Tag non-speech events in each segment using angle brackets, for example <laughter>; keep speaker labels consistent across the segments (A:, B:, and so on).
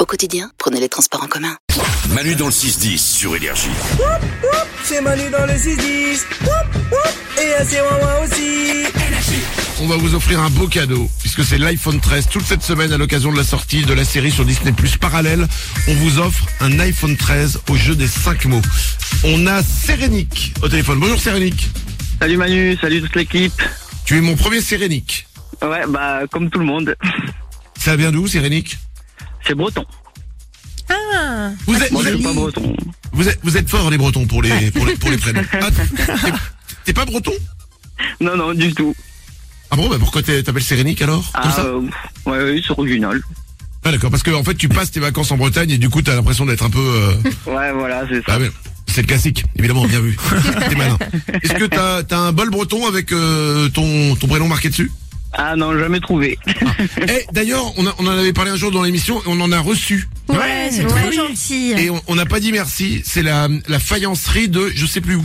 A: Au quotidien, prenez les transports en commun.
B: Manu dans le 6-10 sur Énergie.
C: C'est Manu dans le 6-10. Et c'est Wawa aussi.
D: On va vous offrir un beau cadeau, puisque c'est l'iPhone 13. Toute cette semaine, à l'occasion de la sortie de la série sur Disney Plus Parallèle, on vous offre un iPhone 13 au jeu des 5 mots. On a Sérénique au téléphone. Bonjour Sérénique.
E: Salut Manu, salut toute l'équipe.
D: Tu es mon premier Sérénique.
E: Ouais, bah comme tout le monde, <laughs>
D: Ça vient d'où Sérénique
E: c'est breton.
D: vous êtes, vous,
E: Moi, je
D: êtes,
E: suis pas breton.
D: vous, êtes, vous êtes forts les bretons pour les, pour les, pour les
E: <laughs>
D: prénoms. Ah, t'es- T'es pas breton
E: Non, non, du tout.
D: Ah bon, bah pourquoi t'es- t'appelles Sérénique alors Comme
E: Ah,
D: ça
E: euh, ouais, ouais, c'est original.
D: Ah d'accord, parce que en fait tu passes tes vacances en Bretagne et du coup t'as l'impression d'être un peu... euh,
E: Ouais, voilà, c'est ça.
D: Ah ouais, c'est le classique, évidemment,
F: <laughs>
D: bien vu. T'es malin. Est-ce que t'as as un bol breton avec euh, ton, ton prénom marqué
F: <laughs>
D: dessus
E: Ah non,
D: <laughs>
E: jamais trouvé.
D: Eh, d'ailleurs, on, a- on en avait parlé un jour dans l'émission et on en a reçu.
F: Ouais, c'est trop gentil.
D: Et on on n'a pas dit merci, c'est la, la faïencerie de je sais plus
F: <gasps>
D: où.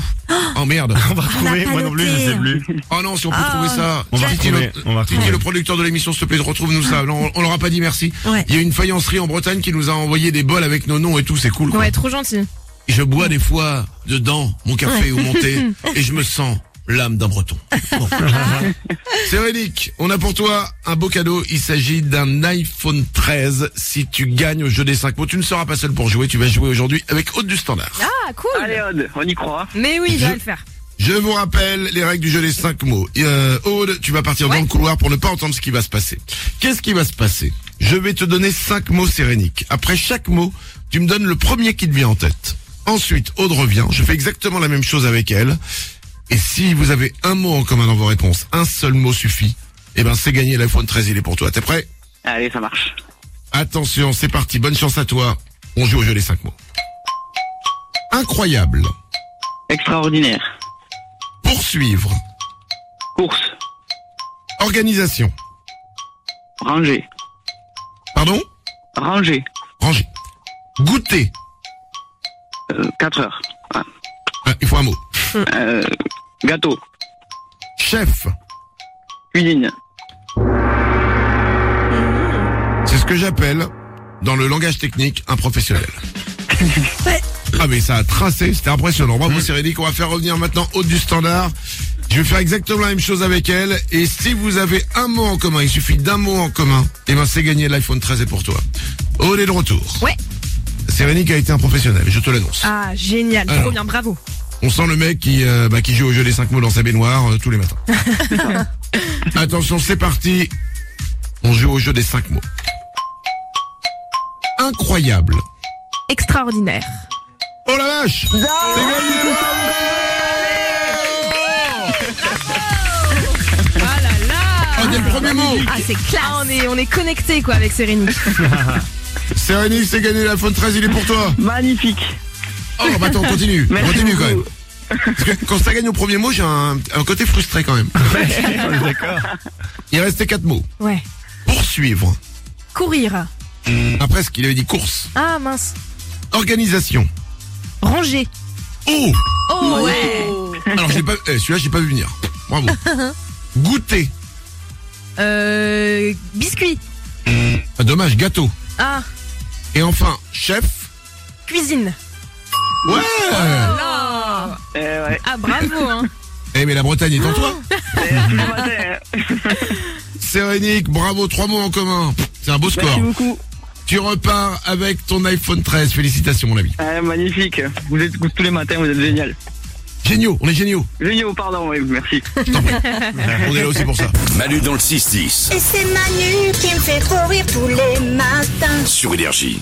D: Oh merde.
G: On va retrouver,
F: On a
G: moi non plus, je sais
F: paloté.
G: plus.
D: Oh non, si on peut
F: Ah.
D: trouver ça.
G: On va
D: Titi,
G: retrouver,
D: le-
G: on va
D: Titi,
G: retrouver.
D: le producteur de l'émission, s'il te plaît, retrouve-nous ça. Non, on, on leur a pas dit merci.
F: Ah. Ouais.
D: Il y a une faïencerie en Bretagne qui nous a envoyé des bols avec nos noms et tout, c'est cool. quoi.
F: Ouais, trop gentil.
D: Je bois des fois dedans mon café au monté et je me sens l'âme d'un breton. Bon. Cérélique, on a pour toi un beau cadeau. Il s'agit d'un iPhone 13. Si tu gagnes au jeu des 5 mots, tu ne seras pas seul pour jouer. Tu vas jouer aujourd'hui avec Haute du Standard.
F: Ah, cool.
E: Allez, Odd, on y croit.
F: Mais oui, je
D: Je-
F: vais le faire.
D: Je vous rappelle les règles du jeu des 5 mots. Euh, Aude, tu vas partir dans le couloir pour ne pas entendre ce qui va se passer. Qu'est-ce qui va se passer Je vais te donner 5 mots séréniques. Après chaque mot, tu me donnes le premier qui te vient en tête. Ensuite, Aude revient. Je fais exactement la même chose avec elle. Et si vous avez un mot en commun dans vos réponses, un seul mot suffit, eh ben c'est gagné. L'iPhone 13, il est pour toi. T'es prêt
E: Allez, ça marche.
D: Attention, c'est parti. Bonne chance à toi. On joue au jeu des 5 mots. Incroyable.
E: Extraordinaire.
D: Poursuivre.
E: Course,
D: Organisation.
E: ranger,
D: Pardon
E: ranger,
D: Ranger. Goûter.
E: 4 euh, heures. Ah,
D: Ah, il faut un mot.
E: euh, gâteau,
D: Chef.
E: cuisine,
D: C'est ce que j'appelle, dans le langage technique,
F: <laughs>
D: un professionnel. Ah mais ça a tracé, c'était impressionnant. Bravo Cyrilic, on va faire revenir maintenant haute du standard. Je vais faire exactement la même chose avec elle. Et si vous avez un mot en commun, il suffit d'un mot en commun, et ben c'est gagné l'iPhone 13 est pour toi. Aude est de retour.
F: Ouais.
D: Cyrilic a été un professionnel, je te l'annonce.
F: Ah, génial.
D: Alors.
F: Trop bien, bravo.
D: On sent le mec qui, euh, bah, qui joue au jeu des 5 mots dans sa baignoire euh, tous les
E: <laughs>
D: matins. Attention, c'est parti. On joue au jeu des 5 mots. Incroyable.
F: Extraordinaire.
D: Oh la vache C'est gagné
F: Ah là là.
D: Ah, dès le premier mot
F: Ah, c'est classe. on est, on est connecté quoi avec Sérénie.
D: Sérénie, c'est gagné la faune 13, il est pour toi
E: magnifique.
D: Oh, bah attends, on continue On
E: Merci
D: Continue quand même
E: beaucoup.
D: Parce que quand ça gagne au premier mot, j'ai un, un côté frustré
E: <laughs>
D: quand même.
G: D'accord.
D: Il restait 4 mots.
F: Ouais.
D: Poursuivre.
F: Courir.
D: Après ce qu'il avait dit course.
F: Ah mince.
D: Organisation.
F: Ranger.
D: Oh
F: Oh ouais.
D: Alors j'ai pas, eh, celui-là j'ai pas vu venir.
E: <laughs>
D: Bravo. Goûter.
F: Euh, biscuit.
D: Ah, dommage, gâteau.
F: Ah,
D: Et enfin, chef.
F: cuisine.
D: Ouais.
F: Oh. Là.
E: Eh ouais.
F: Ah bravo hein.
D: Eh mais la Bretagne est en toi.
E: Eh, tous les matins, hein.
D: Sérénique, bravo, trois mots en commun. C'est un beau score.
E: Merci beaucoup.
D: Tu repars avec ton iPhone 13. Félicitations mon ami.
E: Eh, magnifique. Vous êtes tous les matins, vous êtes génial.
D: Géniaux, on est
E: <laughs>
D: géniaux.
E: Géniaux, pardon, oui, merci.
D: On est là aussi pour ça.
B: Manu dans le 6-10
H: Et c'est Manu qui me fait trop rire tous les matins.
B: sur Énergie.